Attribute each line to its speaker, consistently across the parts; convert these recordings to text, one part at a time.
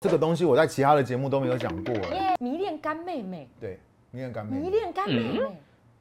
Speaker 1: 这个东西我在其他的节目都没有讲过哎。
Speaker 2: 迷恋干妹妹，
Speaker 1: 对，你很感美。
Speaker 2: 迷恋干妹妹，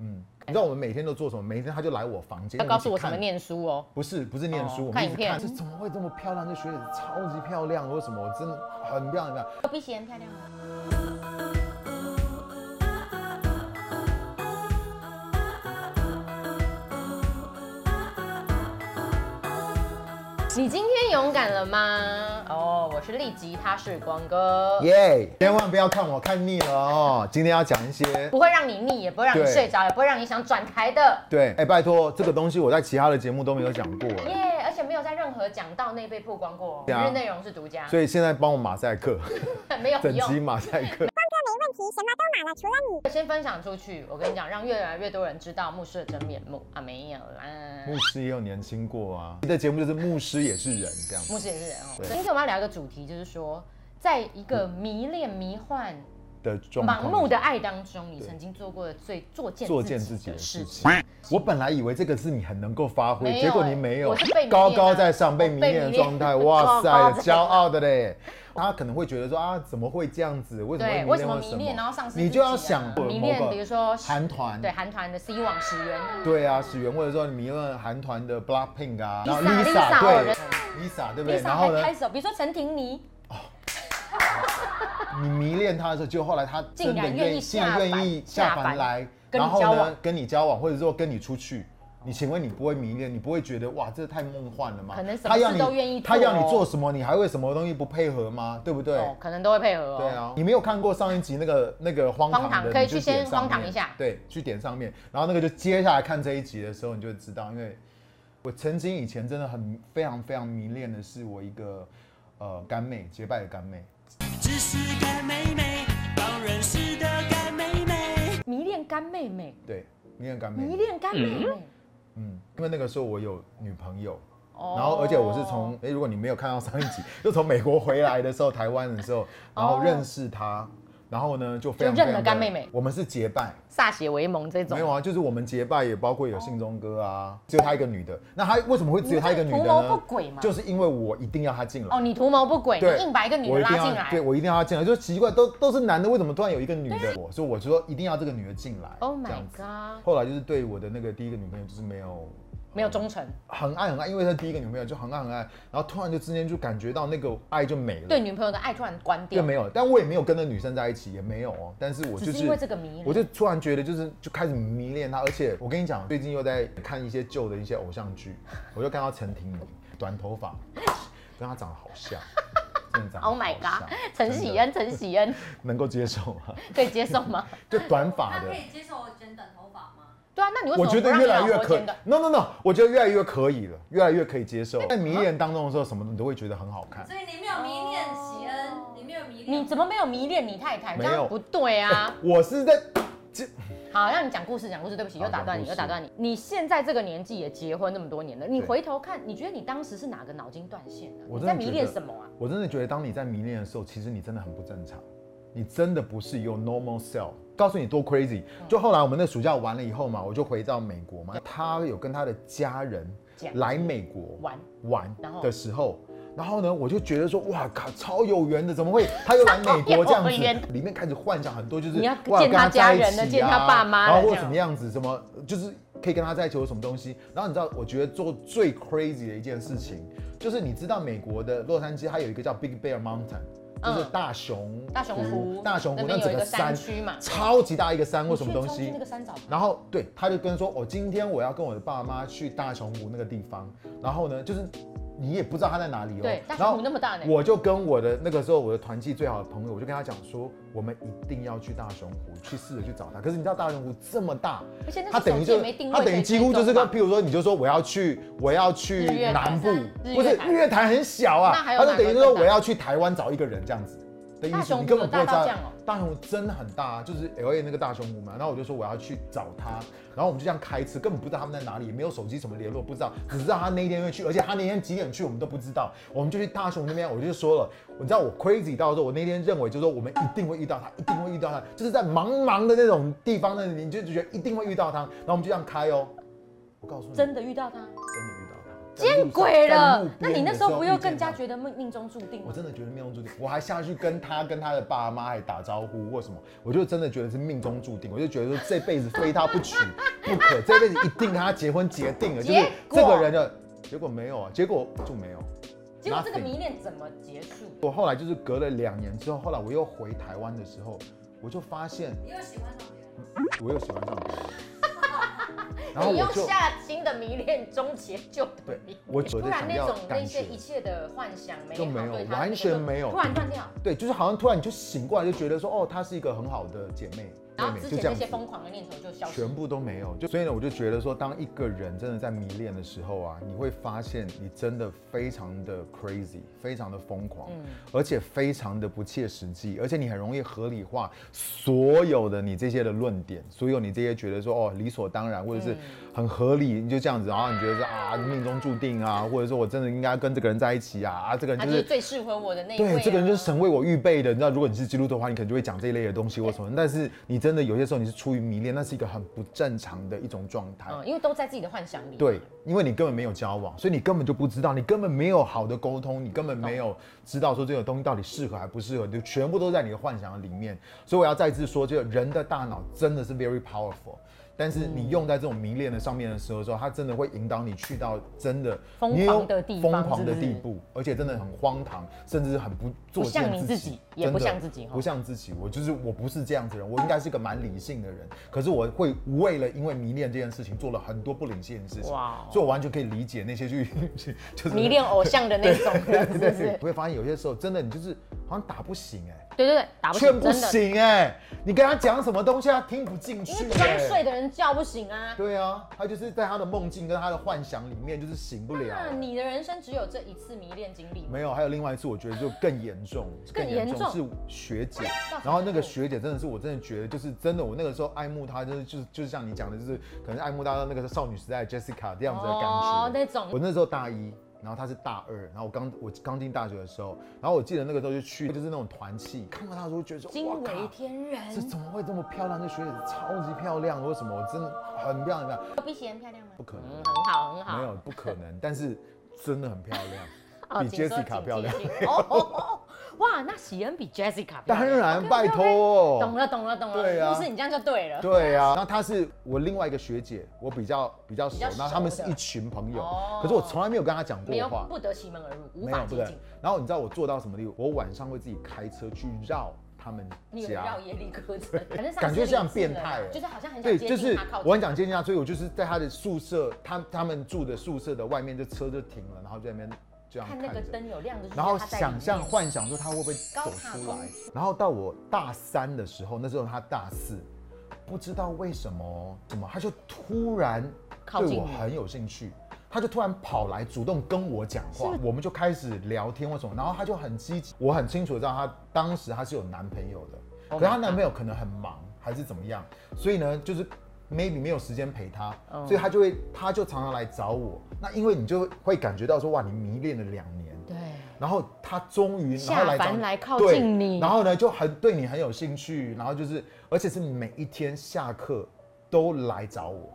Speaker 1: 嗯，你知道我们每天都做什么？每天他就来我房间，
Speaker 3: 要告诉
Speaker 1: 一
Speaker 3: 我
Speaker 1: 起
Speaker 3: 怎
Speaker 1: 看
Speaker 3: 么。念书哦。
Speaker 1: 不是不是念
Speaker 3: 哦
Speaker 1: 书，我们
Speaker 3: 看
Speaker 1: 一直
Speaker 3: 影片
Speaker 1: 看，这怎么会这么漂亮？这学姐超级漂亮，为什么？我真的很漂亮，很漂亮。
Speaker 3: 嗯
Speaker 2: 都比显漂亮吗？
Speaker 3: 你今天勇敢了吗？哦，我是立吉，他是光哥，
Speaker 1: 耶！千万不要看我看腻了哦。今天要讲一些，
Speaker 3: 不会让你腻，也不会让你
Speaker 1: 对
Speaker 3: 睡着，也不会让你想转台的。
Speaker 1: 对，哎，拜托，这个东西我在其他的节目都没有讲过
Speaker 3: 耶、
Speaker 1: 哎，
Speaker 3: 而且没有在任何讲道内被曝光过哦，
Speaker 1: 对啊
Speaker 3: 因为内容是独家，
Speaker 1: 所以现在帮我马赛 克，
Speaker 3: 没有
Speaker 1: 整集
Speaker 3: 用。
Speaker 1: 马赛克。
Speaker 3: 先分享出去，我跟你讲，让越来越多人知道牧师的真面目啊，没有啦。
Speaker 1: 牧师也有年轻过啊，你的节目就是牧师也是人这样子
Speaker 3: 牧师也是人哦。
Speaker 1: 对
Speaker 3: 今天我们要聊一个主题，就是说，在一个迷恋、迷幻、
Speaker 1: 的状
Speaker 3: 盲
Speaker 1: 况。
Speaker 3: 目的爱当中，你
Speaker 1: 对
Speaker 3: 曾经做过的最作践
Speaker 1: 作践自
Speaker 3: 自己
Speaker 1: 己
Speaker 3: 的
Speaker 1: 的
Speaker 3: 事
Speaker 1: 事
Speaker 3: 情。
Speaker 1: 情。我本来以为这个是你很能够发挥，
Speaker 3: 没有
Speaker 1: 结果
Speaker 3: 欸
Speaker 1: 你没有，
Speaker 3: 我是被迷恋啊
Speaker 1: 高高在上被迷恋
Speaker 3: 我被迷
Speaker 1: 的
Speaker 3: 恋
Speaker 1: 状 态，
Speaker 3: 高
Speaker 1: 哇
Speaker 3: 高在
Speaker 1: 塞，骄傲的 嘞。他可能会觉得说啊，怎么会这样子？为什么
Speaker 3: 对，
Speaker 1: 会
Speaker 3: 为什么
Speaker 1: 或
Speaker 3: 迷恋，然后丧失自己啊
Speaker 1: 你就要想过
Speaker 3: 迷
Speaker 1: 某
Speaker 3: 恋，比如
Speaker 1: 个
Speaker 3: 说
Speaker 1: 韩团，
Speaker 3: 对韩团的 C 网始源，
Speaker 1: 对啊，始源或者说你迷恋韩团的 BLACKPINK 啊，然后
Speaker 3: Lisa，Lisa，哦
Speaker 1: 对
Speaker 3: 人
Speaker 1: ，Lisa 对不对？
Speaker 2: 丽
Speaker 1: 然
Speaker 2: 莎
Speaker 1: 后
Speaker 2: 还
Speaker 1: 呢
Speaker 2: 开，始哦，比如说陈婷妮，
Speaker 1: 你迷恋他的时候，就后来他
Speaker 3: 竟
Speaker 1: 真
Speaker 3: 然
Speaker 1: 的
Speaker 3: 愿
Speaker 1: 愿
Speaker 3: 意
Speaker 1: 意，
Speaker 3: 下凡下
Speaker 1: 下
Speaker 3: 凡
Speaker 1: 凡来，
Speaker 3: 跟你
Speaker 1: 然后
Speaker 3: 交往
Speaker 1: 呢跟你交往，或者说跟你出去。你请问你不会迷恋，你不会觉得哇，这太梦幻了吗？
Speaker 3: 可能什么
Speaker 1: 他要
Speaker 3: 事
Speaker 1: 你
Speaker 3: 都愿意做
Speaker 1: 他要你
Speaker 3: 哦
Speaker 1: 做什么，你还会什么东西不配合吗？对不对？
Speaker 3: 哦，可能都会配合哦。
Speaker 1: 对啊，你没有看过上一集那个那个荒唐的，
Speaker 3: 荒唐
Speaker 1: 你
Speaker 3: 可以
Speaker 1: 就
Speaker 3: 去
Speaker 1: 点
Speaker 3: 先
Speaker 1: 上
Speaker 3: 荒唐
Speaker 1: 面
Speaker 3: 一下
Speaker 1: 对，去点上面，然后那个就接下来看这一集的时候，你就知道，因为我曾经以前真的很非常非常迷恋的是我一个呃干妹，结拜的干妹，
Speaker 4: 只是干妹妹，当然是的干妹妹。
Speaker 2: 迷恋干妹妹，
Speaker 1: 对，迷恋干妹，
Speaker 2: 迷恋干妹妹，
Speaker 1: 嗯，因为那个时候我有女朋友，
Speaker 3: 哦
Speaker 1: 然后而且我是从哎、如果你没有看到上一集， 就从美国回来的时候，台湾的时候，然后认识她，然后呢就非常
Speaker 3: 哦就认
Speaker 1: 非
Speaker 3: 了
Speaker 1: 常
Speaker 3: 干
Speaker 1: 地
Speaker 3: 妹妹
Speaker 1: 我们是结拜，
Speaker 3: 歃血为盟这种
Speaker 1: 没有，啊，就是我们结拜也包括有信中哥啊，只有她一个女的，那她为什么会只有她一个女的
Speaker 3: 你这个图谋
Speaker 1: 呢
Speaker 3: 不轨嘛？
Speaker 1: 就是因为我一定要她进来。
Speaker 3: 哦，你图谋不轨，
Speaker 1: 对，
Speaker 3: 你硬把一个女
Speaker 1: 我
Speaker 3: 的
Speaker 1: 一定
Speaker 3: 拉
Speaker 1: 要
Speaker 3: 进来
Speaker 1: 对。我一定要她进来，就奇怪，都都是男的，为什么突然有一个女的？我所以我就说一定要这个女的进来。
Speaker 3: 嗯 Oh my
Speaker 1: 这样子
Speaker 3: god，
Speaker 1: 后来就是对我的那个第一个女朋友就是没有
Speaker 3: 没有忠诚，
Speaker 1: 很爱很爱，因为他第一个女朋友就很爱很爱，然后突然就之间就感觉到那个爱就没了，
Speaker 3: 对，女朋友的爱突然关
Speaker 1: 就
Speaker 3: 掉，
Speaker 1: 没有了。但我也没有跟那女生在一起，也没有哦。但是我就
Speaker 3: 只是
Speaker 1: 是
Speaker 3: 因为这个迷
Speaker 1: 我
Speaker 3: 恋。
Speaker 1: 就突然觉得就是就开始迷恋她，而且我跟你讲，最近又在看一些旧的一些偶像 剧，我就看到陈婷妮短头发， 跟她长得好像，真的长得
Speaker 3: Oh my
Speaker 1: 好像
Speaker 3: god，陈喜
Speaker 1: 真的
Speaker 3: 恩，陈喜恩
Speaker 1: 能够接受吗？
Speaker 3: 可以接受吗？
Speaker 1: 就短发
Speaker 5: 那
Speaker 1: 的
Speaker 5: 可。以接受我剪短头发吗？
Speaker 3: 对啊，那你为什
Speaker 1: 我
Speaker 3: 么
Speaker 1: 觉
Speaker 3: 不
Speaker 1: 得
Speaker 3: 让
Speaker 1: 越
Speaker 3: 你
Speaker 1: 来
Speaker 3: 老
Speaker 1: 越
Speaker 3: 婆
Speaker 1: 可
Speaker 3: 剪短？
Speaker 1: ，no no no，我觉得越来越可以了，越来越可以接受。在迷恋当中的时候，什么你都会觉得很好看。
Speaker 5: 所以你没有迷恋喜恩，你没有迷恋，
Speaker 3: 你怎么没有迷恋你太太？这
Speaker 1: 没有
Speaker 3: 样不对啊！
Speaker 1: 我是在
Speaker 3: 好，让你讲故事，讲故事。对不起，
Speaker 1: 好
Speaker 3: 又打断你，
Speaker 1: 讲故事
Speaker 3: 又打断你。你现在这个年纪也结婚那么多年了，你
Speaker 1: 对
Speaker 3: 回头看，你觉得你当时是哪个脑筋断线啊？
Speaker 1: 我真
Speaker 3: 你在
Speaker 1: 的
Speaker 3: 迷
Speaker 1: 觉
Speaker 3: 恋
Speaker 1: 得
Speaker 3: 什么啊？
Speaker 1: 我真的觉得，当你在迷恋的时候，其实你真的很不正常，你真的不是一个 normal self。告诉你多 crazy！就
Speaker 3: 嗯
Speaker 1: 后来我们那暑假完了以后嘛，我就回到美国嘛，他有跟他的家人
Speaker 3: 讲
Speaker 1: 来美国
Speaker 3: 玩
Speaker 1: 玩
Speaker 3: 然后
Speaker 1: 的时候。然后呢，我就觉得说，哇靠，超有缘的，怎么会他又来美国这样
Speaker 3: 超有缘
Speaker 1: 子？里面开始幻想很多，就是
Speaker 3: 你要
Speaker 1: 哇
Speaker 3: 见
Speaker 1: 跟
Speaker 3: 他家
Speaker 1: 在一
Speaker 3: 人的
Speaker 1: 起
Speaker 3: 见他
Speaker 1: 啊
Speaker 3: 爸妈的
Speaker 1: 然后
Speaker 3: 这
Speaker 1: 或
Speaker 3: 样
Speaker 1: 什么样子，什么就是可以跟他在一起有什么东西。然后你知道，我觉得做最 crazy 的一件事情，就是你知道美国的洛杉矶还有一个叫 Big Bear Mountain，就是
Speaker 3: 嗯
Speaker 1: 大熊
Speaker 3: 大熊湖
Speaker 1: 大熊湖
Speaker 3: 那边
Speaker 1: 那整
Speaker 3: 有一个
Speaker 1: 个山
Speaker 3: 山区嘛
Speaker 1: 超级大一个山或什么
Speaker 3: 你去
Speaker 1: 东
Speaker 3: 冲去
Speaker 1: 西
Speaker 3: 那。个山找他
Speaker 1: 然后对，他就跟说，我、今天我要跟我的爸妈去大熊湖那个地方，然后呢，就是你也不知道他在哪里哦。
Speaker 3: 对，大
Speaker 1: 然
Speaker 3: 熊
Speaker 1: 后
Speaker 3: 湖那么大呢，
Speaker 1: 我就跟我的那个时候我的团契最好的朋友，我就跟他讲说，我们一定要去大熊湖，去试着去找他。可是你知道大熊湖这么大，
Speaker 3: 而且那
Speaker 1: 他
Speaker 3: 个
Speaker 1: 等
Speaker 3: 手
Speaker 1: 于
Speaker 3: 机也
Speaker 1: 就
Speaker 3: 没定位，
Speaker 1: 他等于几乎就是
Speaker 3: 个
Speaker 1: 跟，譬如说你就说我要去我要去
Speaker 3: 日月潭
Speaker 1: 南部
Speaker 3: 山，日
Speaker 1: 不
Speaker 3: 月
Speaker 1: 是
Speaker 3: 潭
Speaker 1: 日月潭很小啊
Speaker 3: 那还，有
Speaker 1: 他就
Speaker 3: 哪个
Speaker 1: 等于说
Speaker 3: 更大
Speaker 1: 我要去台湾找一个人这样子。的意
Speaker 3: 大
Speaker 1: 思，
Speaker 3: 熊湖
Speaker 1: 你根本不会嗯知
Speaker 3: 有大到
Speaker 1: 道
Speaker 3: 这样哦
Speaker 1: 大熊湖真的很大、啊，就是 L A 那个大熊湖嘛。然后我就说我要去找他，然后我们就这样开车，根本不知道他们在哪里，也没有手机什么联络，不知道，只知道他那一天会去，而且他那天几点去我们都不知道。我们就去大熊湖那边，我就说了，你知道我 crazy 到的时候，我那天认为就是说我们一定会遇到他，一定会遇到他，就是在茫茫的那种地方呢，你就觉得一定会遇到他。然后我们就这样开哦，我告诉你，
Speaker 3: 真的遇到他，
Speaker 1: 真的遇到他，
Speaker 2: 见鬼
Speaker 1: 在
Speaker 2: 了
Speaker 1: 路！
Speaker 2: 那
Speaker 1: 边
Speaker 2: 你那
Speaker 1: 的
Speaker 2: 时候不
Speaker 1: 遇
Speaker 2: 又
Speaker 1: 见
Speaker 2: 更加
Speaker 1: 他
Speaker 2: 觉得命命中注定
Speaker 1: 我
Speaker 2: 吗？
Speaker 1: 真的觉得命中注定，我还下去跟他跟他的爸妈还打招呼或什么，我就真的觉得是命中注定，我就觉得说这辈子非他不娶不可，这辈子一定跟他结婚结定了，就是
Speaker 2: 结果
Speaker 1: 这个人的结果没有啊，结果就没有。
Speaker 3: 结果这个
Speaker 1: Nothing
Speaker 3: 迷恋怎么结束？
Speaker 1: 我后来就是隔了两年之后，后来我又回台湾的时候，我就发现
Speaker 5: 你又喜欢上别人了，
Speaker 1: 我又喜欢上别人，然后
Speaker 3: 你
Speaker 1: 我
Speaker 3: 用
Speaker 1: 就
Speaker 3: 下心的迷恋终结旧的
Speaker 1: 对
Speaker 3: 迷恋，
Speaker 1: 我觉
Speaker 3: 突
Speaker 1: 得
Speaker 3: 然
Speaker 1: 想
Speaker 3: 那
Speaker 1: 要
Speaker 3: 种那
Speaker 1: 感
Speaker 3: 些
Speaker 1: 觉
Speaker 3: 一切的幻想美
Speaker 1: 就
Speaker 3: 好
Speaker 1: 没有
Speaker 3: 对他
Speaker 1: 完全没有
Speaker 3: 突，然断掉，
Speaker 1: 对，就是好像突然你就醒过来就觉得说哦，她是一个很好的姐妹，
Speaker 3: 然后
Speaker 1: 妹妹
Speaker 3: 之
Speaker 1: 就
Speaker 3: 前
Speaker 1: 这样子
Speaker 3: 那些。疯狂的念头就消失
Speaker 1: 全。部都没有，就所以呢，我就觉得说，当一个人真的在迷恋的时候啊，你会发现你真的非常的 crazy，非常的疯狂，
Speaker 3: 嗯
Speaker 1: 而且非常的不切实际，而且你很容易合理化所有的你这些的论点，所有你这些觉得说哦理所当然，或者是
Speaker 3: 嗯
Speaker 1: 很合理，你就这样子，然后你觉得是啊命中注定啊，或者说我真的应该跟这个人在一起啊，啊这个人
Speaker 3: 他
Speaker 1: 就
Speaker 3: 就是
Speaker 1: 是
Speaker 3: 最适合我的那一位啊、
Speaker 1: 对，这个人就是神为我预备的。你知道，如果你是基督徒的话，你可能就会讲这一类的东西或什么。但是你真的有些时候你是出于迷恋，那是一个很不正常的一种状态。
Speaker 3: 嗯，因为都在自己的幻想里。
Speaker 1: 对，，因为你根本没有交往，所以你根本就不知道，你根本没有好的沟通，你根本没有知道说这个东西到底适合还不适合，就全部都在你的幻想里面。所以我要再次说，这个人的大脑真的是 very powerful。但是
Speaker 3: 嗯
Speaker 1: 你用在这种迷恋的上面的时候，时候它真的会引导你去到真的
Speaker 3: 疯
Speaker 1: 你有
Speaker 3: 狂的地方
Speaker 1: 疯狂的
Speaker 3: 是不
Speaker 1: 地
Speaker 3: 是
Speaker 1: 步，而且真的很荒唐，甚至是很不做
Speaker 3: 不像
Speaker 1: 见
Speaker 3: 你自己也
Speaker 1: 真
Speaker 3: 不
Speaker 1: 的
Speaker 3: 像自己哈
Speaker 1: 不像自己。我就是我不是这样子的人，我应该是个蛮理性的人，可是我会为了因为迷恋这件事情做了很多不理性的事情。
Speaker 3: 哇哦
Speaker 1: 所以我完全可以理解那些去 就是
Speaker 3: 迷恋偶像的那种人，是不
Speaker 1: 对，
Speaker 3: 是？
Speaker 1: 你会发现有些时候真的你就是好像打不醒哎、
Speaker 3: 对对对，打不
Speaker 1: 劝
Speaker 3: 醒，
Speaker 1: 不
Speaker 3: 真的。
Speaker 1: 醒哎、你跟他讲什么东西他听不进
Speaker 3: 因
Speaker 1: 去、
Speaker 3: 为装
Speaker 1: 欸。
Speaker 3: 睡的人叫不醒啊。
Speaker 1: 对啊，他就是在他的梦境跟他的幻想里面就是醒不了。
Speaker 3: 那你的人生只有这一次迷恋经历吗？
Speaker 1: 没有，还有另外一次，我觉得就更严重，
Speaker 3: 更严重
Speaker 1: 是学姐
Speaker 3: 到底。
Speaker 1: 然后那个学姐真的是，我真的觉得就是真的，我那个时候爱慕她，就是就是就是像你讲的，就是可能爱慕到那个少女时代的 Jessica 这样子的感觉。
Speaker 3: 哦，那种
Speaker 1: 我那时候大一，然后他是大二，然后我刚我刚进大学的时候，然后我记得那个时候就去，就是那种团契，看到他的时候觉得说，
Speaker 3: 惊
Speaker 1: 哇
Speaker 3: 为
Speaker 1: 靠
Speaker 3: 天
Speaker 1: 这
Speaker 3: 人，
Speaker 1: 怎么会这么漂亮？这学姐超级漂亮，为什么？我真的很漂亮，
Speaker 3: 哦
Speaker 2: 有比喜人漂亮吗？
Speaker 1: 不可
Speaker 3: 嗯，
Speaker 1: 能，
Speaker 3: 很好很好。
Speaker 1: 没有不可能，但是真的很漂 亮，
Speaker 3: 哦
Speaker 1: 比
Speaker 3: 请说
Speaker 1: Jessica
Speaker 3: 请
Speaker 1: 漂亮。
Speaker 3: 继续哦哦 哦，哇，那喜恩比 Jessica 漂亮
Speaker 1: 当然，
Speaker 3: OK，OK，OK
Speaker 1: 拜托。
Speaker 3: 懂了懂了懂了，
Speaker 1: 对啊
Speaker 3: 不是你这样就对 了。
Speaker 1: 对啊，那她是我另外一个学姐，我比较比较熟
Speaker 3: 比较，熟
Speaker 1: 那他们
Speaker 3: 的
Speaker 1: 是一群朋友
Speaker 3: 哦，
Speaker 1: 可是我从来没有跟她讲过
Speaker 3: 没有
Speaker 1: 话，
Speaker 3: 不得其门而入，无
Speaker 1: 没有
Speaker 3: 法
Speaker 1: 不
Speaker 3: 接
Speaker 1: 对
Speaker 3: 近。。
Speaker 1: 然后你知道我做到什么地步？我晚上会自己开车去绕他们
Speaker 3: 你有
Speaker 1: 家
Speaker 3: 绕。耶利哥城，反正上次
Speaker 1: 感觉像
Speaker 3: 领证了
Speaker 1: 变态欸
Speaker 3: 就是好像很
Speaker 1: 对，
Speaker 3: 想接
Speaker 1: 就
Speaker 3: 近
Speaker 1: 是
Speaker 3: 他靠
Speaker 1: 我
Speaker 3: 近。
Speaker 1: 很想接近她，所以我就是在她的宿舍，他他们住的宿舍的外面，就车就停了，然后就在那边这样
Speaker 3: 看那
Speaker 1: 看
Speaker 3: 个
Speaker 1: 着。
Speaker 3: 灯有亮的，
Speaker 1: 然后想象
Speaker 3: 换
Speaker 1: 幻想说他会不会走出
Speaker 3: 高塔
Speaker 1: 来
Speaker 3: 公。
Speaker 1: 然后到我大三的时候，那时候他大四，不知道为什么，怎么他就突然
Speaker 3: 靠
Speaker 1: 对
Speaker 3: 近
Speaker 1: 我
Speaker 3: 你
Speaker 1: 很有兴趣。他就突然跑来主动跟我讲话，我们就开始聊天或什么，然后他就很积极，我很清楚地知道他当时他是有男朋友的，可
Speaker 3: Oh
Speaker 1: 是
Speaker 3: my
Speaker 1: 她男朋友可能很忙还是怎么样，所以呢就是 maybe 没有时间陪她，
Speaker 3: 嗯
Speaker 1: 所以他就会他就常常来找我，那因为你就会感觉到说哇你迷恋了两年，
Speaker 3: 对，
Speaker 1: 然后他终于然
Speaker 3: 下
Speaker 1: 后来找
Speaker 3: 凡
Speaker 1: 你
Speaker 3: 来靠
Speaker 1: 对
Speaker 3: 近你
Speaker 1: 然后呢就很对你很有兴趣，然后就是而且是每一天下课都来找我。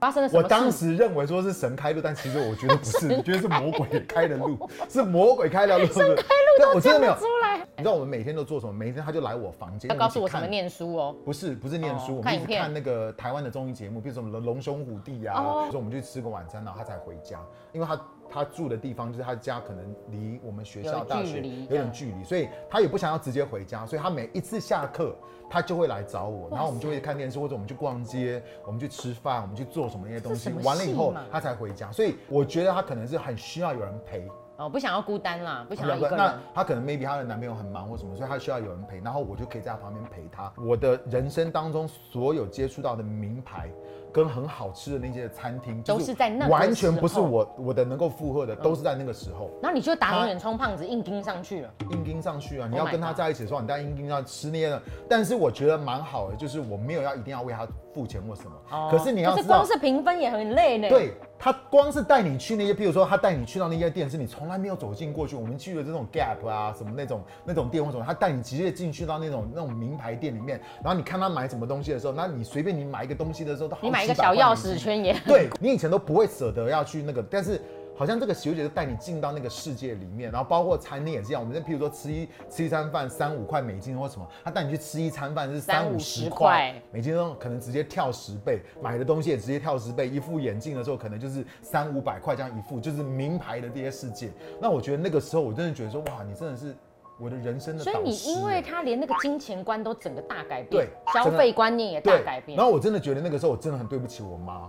Speaker 3: 发生了什么
Speaker 1: 我
Speaker 3: 事？
Speaker 1: 当时认为说是神开路，但其实我觉得不是，我 觉得是魔鬼开的 路，是魔鬼开的路。神开路，但我真的没有出来。你知道我们每天都做什么？每天他就来我房间，
Speaker 3: 要告诉我
Speaker 1: 一起
Speaker 3: 怎
Speaker 1: 看
Speaker 3: 么。念书哦。
Speaker 1: 不是不是念书，
Speaker 3: 哦
Speaker 1: 我们
Speaker 3: 看
Speaker 1: 一直
Speaker 3: 影片
Speaker 1: 看那个台湾的综艺节目，比如什么龙《龙兄虎弟》啊，
Speaker 3: 哦
Speaker 1: 所以我们去吃个晚餐，然后他才回家，因为他他住的地方就是他家可能离我们学校
Speaker 3: 有
Speaker 1: 大
Speaker 3: 距
Speaker 1: 学
Speaker 3: 离
Speaker 1: 有点距离，所以他也不想要直接回家，所以他每一次下课他就会来找我，然后我们就会看电视或者我们去逛街，我们去吃饭，我们去做什么那些东
Speaker 3: 这
Speaker 1: 西
Speaker 3: 什么，
Speaker 1: 完了以后
Speaker 3: 戏嘛
Speaker 1: 他才回家，所以我觉得他可能是很需要有人陪，
Speaker 3: 哦，不想要孤单啦，不想要
Speaker 1: 两
Speaker 3: 一
Speaker 1: 个，
Speaker 3: 个
Speaker 1: 那
Speaker 3: 人。
Speaker 1: 她可能 maybe 她的男朋友很忙或什么，所以她需要有人陪，然后我就可以在她旁边陪她。我的人生当中所有接触到的名牌跟很好吃的那些餐厅，就
Speaker 3: 都是在那个
Speaker 1: 完全不是
Speaker 3: 时候嗯 Oh
Speaker 1: 我我的能够负荷的，都是在那个时候。
Speaker 3: 然后你就打肿脸充胖子，硬盯上去了。
Speaker 1: 硬盯上去啊！你
Speaker 3: Oh
Speaker 1: 要
Speaker 3: my
Speaker 1: 跟他
Speaker 3: God
Speaker 1: 在一起的时候，你当然硬盯上吃那些的。但是我觉得蛮好的，就是我没有要一定要为他付钱或什
Speaker 3: 哦
Speaker 1: 么。可是你要
Speaker 2: 可
Speaker 1: 知
Speaker 2: 是
Speaker 1: 道
Speaker 2: 光，是评分也很累呢。，
Speaker 1: 对他光是带你去那些，譬如说他带你去到那些店是你从来没有走进过去，我们去了这种 Gap 啊什么那种那种店或什么，他带你直接进去到那种那种名牌店里面，然后你看他买什么东西的时候，那你随便你买一个东西的时候，都好
Speaker 3: 你买一
Speaker 1: 几
Speaker 3: 个
Speaker 1: 百
Speaker 3: 小
Speaker 1: 块
Speaker 3: 钥
Speaker 1: 美金
Speaker 3: 匙圈也
Speaker 1: 对你以前都不会舍得要去那个，但是好像这个学姐就带你进到那个世界里面，然后包括餐厅也是一样，我们在譬如说吃一吃一餐饭三五块美金或什么，她带你去吃一餐饭是三五十
Speaker 3: 30
Speaker 1: 块
Speaker 3: 块
Speaker 1: 美金，可能直接跳十倍，买的东西也直接跳十倍，一副眼镜的时候可能就是三五百块这样一副，就是名牌的这些世界。那我觉得那个时候我真的觉得说，哇，你真的是我的人生的导
Speaker 3: 所
Speaker 1: 师
Speaker 3: 以
Speaker 1: 欸。
Speaker 3: 你因为他连那个金钱观都整个大改变，
Speaker 1: 对
Speaker 3: 消
Speaker 1: 真的
Speaker 3: 费观念也大
Speaker 1: 对
Speaker 3: 改变，
Speaker 1: 然后我真的觉得那个时候我真的很对不起我妈。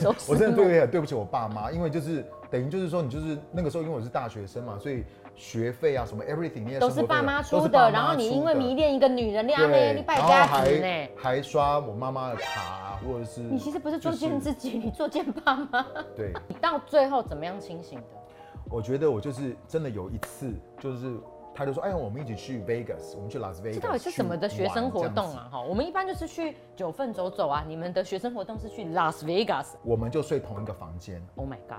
Speaker 3: 手撕
Speaker 1: 我真的
Speaker 3: 弄
Speaker 1: 对也对不起我爸妈，因为就是等于就是说你就是那个时候，因为我是大学生嘛，所以学费啊什么 everything 那些
Speaker 3: 都
Speaker 1: 生
Speaker 3: 是
Speaker 1: 活费
Speaker 3: 爸
Speaker 1: 啊
Speaker 3: 妈
Speaker 1: 都
Speaker 3: 出
Speaker 1: 是爸
Speaker 3: 的，然后你
Speaker 1: 出
Speaker 3: 因为
Speaker 1: 的
Speaker 3: 迷恋一个女人，你阿妹，
Speaker 1: 对
Speaker 3: 你败
Speaker 1: 然后
Speaker 3: 家子
Speaker 1: 还
Speaker 3: 呢？
Speaker 1: 还刷我妈妈的卡啊、或者是
Speaker 2: 你其实不是作
Speaker 1: 就
Speaker 2: 践自己，你作践爸妈。
Speaker 1: 对，
Speaker 3: 你到最后怎么样清醒的？
Speaker 1: 我觉得我就是真的有一次就是。他就说：“哎，我们一起去 Vegas，我们去 Las Vegas。”
Speaker 3: 这到底是什么的学生活动？啊？哈，我们一般就是去九份走走啊，你们的学生活动是去 Las Vegas。
Speaker 1: 我们就睡同一个房间。
Speaker 3: Oh my god！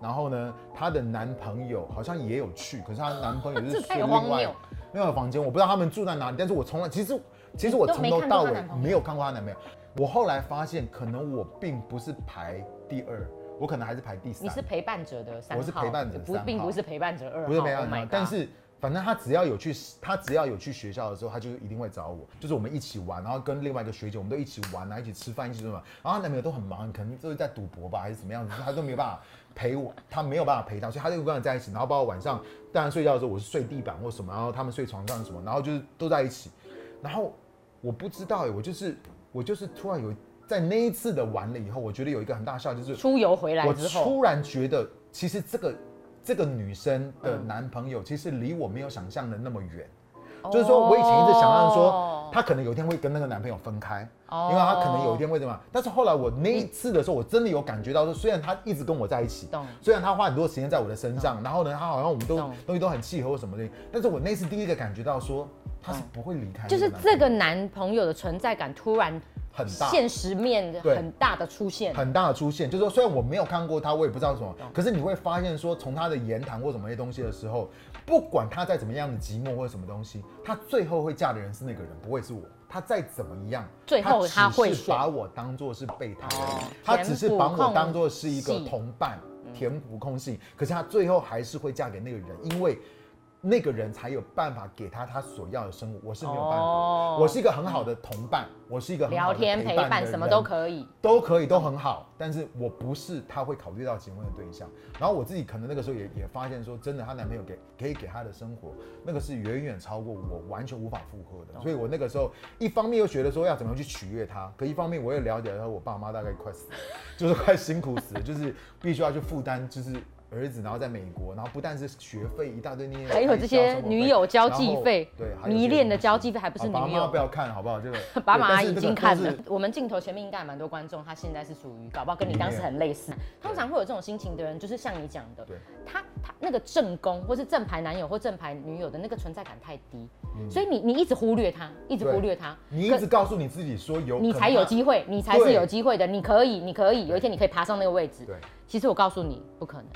Speaker 1: 然后呢，她的男朋友好像也有去，可是她男朋友 是
Speaker 3: 这
Speaker 1: 睡
Speaker 3: 太
Speaker 1: 另
Speaker 3: 荒
Speaker 1: 外
Speaker 3: 谬
Speaker 1: 另外一个房间，我不知道他们住在哪里，但是我从来其实其实我
Speaker 3: 都
Speaker 1: 从
Speaker 3: 没
Speaker 1: 头
Speaker 3: 看过
Speaker 1: 到
Speaker 3: 她
Speaker 1: 尾
Speaker 3: 男朋友
Speaker 1: 没有看过她男朋友。我后来发现，可能我并不是排第二，我可能还是排第三。
Speaker 3: 你是陪伴者的三号，
Speaker 1: 我是陪伴者
Speaker 3: 不
Speaker 1: 三号
Speaker 3: 并不是陪伴者二号。
Speaker 1: 不是没有
Speaker 3: Oh my god
Speaker 1: 但是反正他只要有去，他只要有去学校的时候，他就一定会找我，就是我们一起玩，然后跟另外一个学姐，我们都一起玩啊，一起吃饭，一起什么，然后他男朋友都很忙，可能就是在赌博吧，还是怎么样子，他都没有办法陪我，他没有办法陪他，所以他就跟我在一起，然后包括晚上，当然睡觉的时候我是睡地板或什么，然后他们睡床上什么，然后就是都在一起，然后我不知道哎、我就是我就是突然有在那一次的玩了以后，我觉得有一个很大的效益就是
Speaker 3: 出游回来
Speaker 1: 我
Speaker 3: 之后，
Speaker 1: 突然觉得，其实这个这个女生的男朋友，其实离我没有想象的那么远。就是说我以前一直想象说
Speaker 3: 哦，
Speaker 1: 她可能有一天会跟那个男朋友分开，
Speaker 3: 哦嗯
Speaker 1: 因为她可能有一天会怎么样。但是后来我那一次的时候，我真的有感觉到说，虽然她一直跟我在一起
Speaker 3: 懂，
Speaker 1: 虽然她花很多时间在我的身上，然后呢，她好像我们都
Speaker 3: 懂
Speaker 1: 东西都很契合或什么的，但是我那次第一个感觉到说，她是不会离开
Speaker 3: 就
Speaker 1: 那
Speaker 3: 是
Speaker 1: 男朋友，
Speaker 3: 这个男朋友的存在感突然
Speaker 1: 很大。
Speaker 3: 现实面
Speaker 1: 对
Speaker 3: 很大的出现，
Speaker 1: 很大的出现，就是说虽然我没有看过他，我也不知道什么，可是你会发现说，从他的言谈或什么一些东西的时候，不管他再怎么样的寂寞或者什么东西，他最后会嫁的人是那个人，不会是我。他再怎么样，
Speaker 3: 最后他会
Speaker 1: 只是
Speaker 3: 选
Speaker 1: 把我当做是备胎而已
Speaker 3: 哦，
Speaker 1: 他只是把
Speaker 3: 填补
Speaker 1: 我
Speaker 3: 空
Speaker 1: 当做是一个
Speaker 3: 隙嗯
Speaker 1: 同伴，填补空隙。可是他最后还是会嫁给那个人，因为。那个人才有办法给他他所要的生活，我是没有办法的。
Speaker 3: 哦
Speaker 1: 我是一个很好的同伴，我是一个很好
Speaker 3: 聊
Speaker 1: 的
Speaker 3: 天陪
Speaker 1: 伴
Speaker 3: 伴
Speaker 1: 的
Speaker 3: 什么
Speaker 1: 人
Speaker 3: 都可以。
Speaker 1: 都可以，都很好，但是我不是他会考虑到结婚的对象。然后我自己可能那个时候也也发现说，真的，她男朋友给可以给她的生活，那个是远远超过我完全无法负荷的。所以我那个时候一方面又觉得说要怎么样去取悦她，可一方面我也了解到我爸妈大概快死了， 就是快辛苦死了，就是必须要去负担，就是。儿子，然后在美国，然后不但是学费一大堆那些开销，
Speaker 3: 还有这些
Speaker 1: 生活费
Speaker 3: 女友交
Speaker 1: 然
Speaker 3: 际
Speaker 1: 后
Speaker 3: 费
Speaker 1: 对，还有这些
Speaker 3: 迷恋的
Speaker 1: 东西
Speaker 3: 交际费还不是
Speaker 1: 好爸
Speaker 3: 女
Speaker 1: 妈
Speaker 3: 友
Speaker 1: 不。要看好不好？这个
Speaker 3: 爸
Speaker 1: 对
Speaker 3: 妈
Speaker 1: 但是
Speaker 3: 已
Speaker 1: 这个
Speaker 3: 经
Speaker 1: 都
Speaker 3: 看
Speaker 1: 是
Speaker 3: 了，我们镜头前面应该蛮多观众，他现在是属于搞不好跟你当时很类似。通常会有这种心情的人，就是像你讲的
Speaker 1: 对，
Speaker 3: 他他那个正宫或是正牌男友或正牌女友的那个存在感太低，
Speaker 1: 嗯
Speaker 3: 所以你你一直忽略他，一直忽略他，
Speaker 1: 你
Speaker 3: 可
Speaker 1: 一直告诉你自己说有，
Speaker 3: 你才有机会，你才
Speaker 1: 嗯对
Speaker 3: 是有机会的，你可以，你可以，有一天你可以爬上那个位置。
Speaker 1: 对，
Speaker 3: 其实我告诉你，不可能。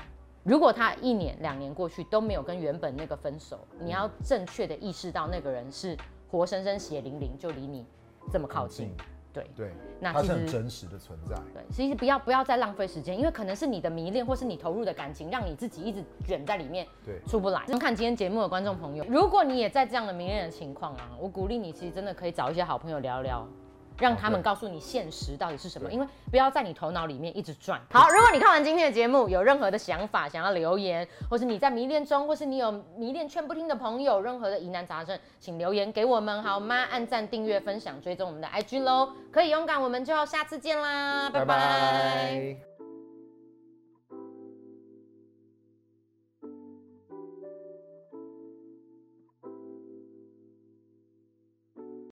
Speaker 3: 如果他一年、两年过去都没有跟原本那个分手，
Speaker 1: 嗯
Speaker 3: 你要正确的意识到那个人是活生生、血淋淋就离你这么靠近
Speaker 1: 很近。
Speaker 3: 对
Speaker 1: 对，
Speaker 3: 那
Speaker 1: 它
Speaker 3: 其
Speaker 1: 是很
Speaker 3: 实
Speaker 1: 真实的存在。
Speaker 3: 对，其实不要不要再浪费时间，因为可能是你的迷恋或是你投入的感情，让你自己一直卷在里面。
Speaker 1: 对，
Speaker 3: 出不来。看今天节目的观众朋友，如果你也在这样的迷恋的情况啊，我鼓励你，其实真的可以找一些好朋友聊聊。让他们
Speaker 1: 对
Speaker 3: 告诉你现实到底是什么，
Speaker 1: 对
Speaker 3: 因为不要在你头脑里面一直转。好，如果你看完今天的节目，有任何的想法想要留言，或是你在迷恋中，或是你有迷恋劝不听的朋友，任何的疑难杂症，请留言给我们好吗？按赞、订阅、分享、追踪我们的 IG 喽，可以勇敢，我们就下次见啦，拜拜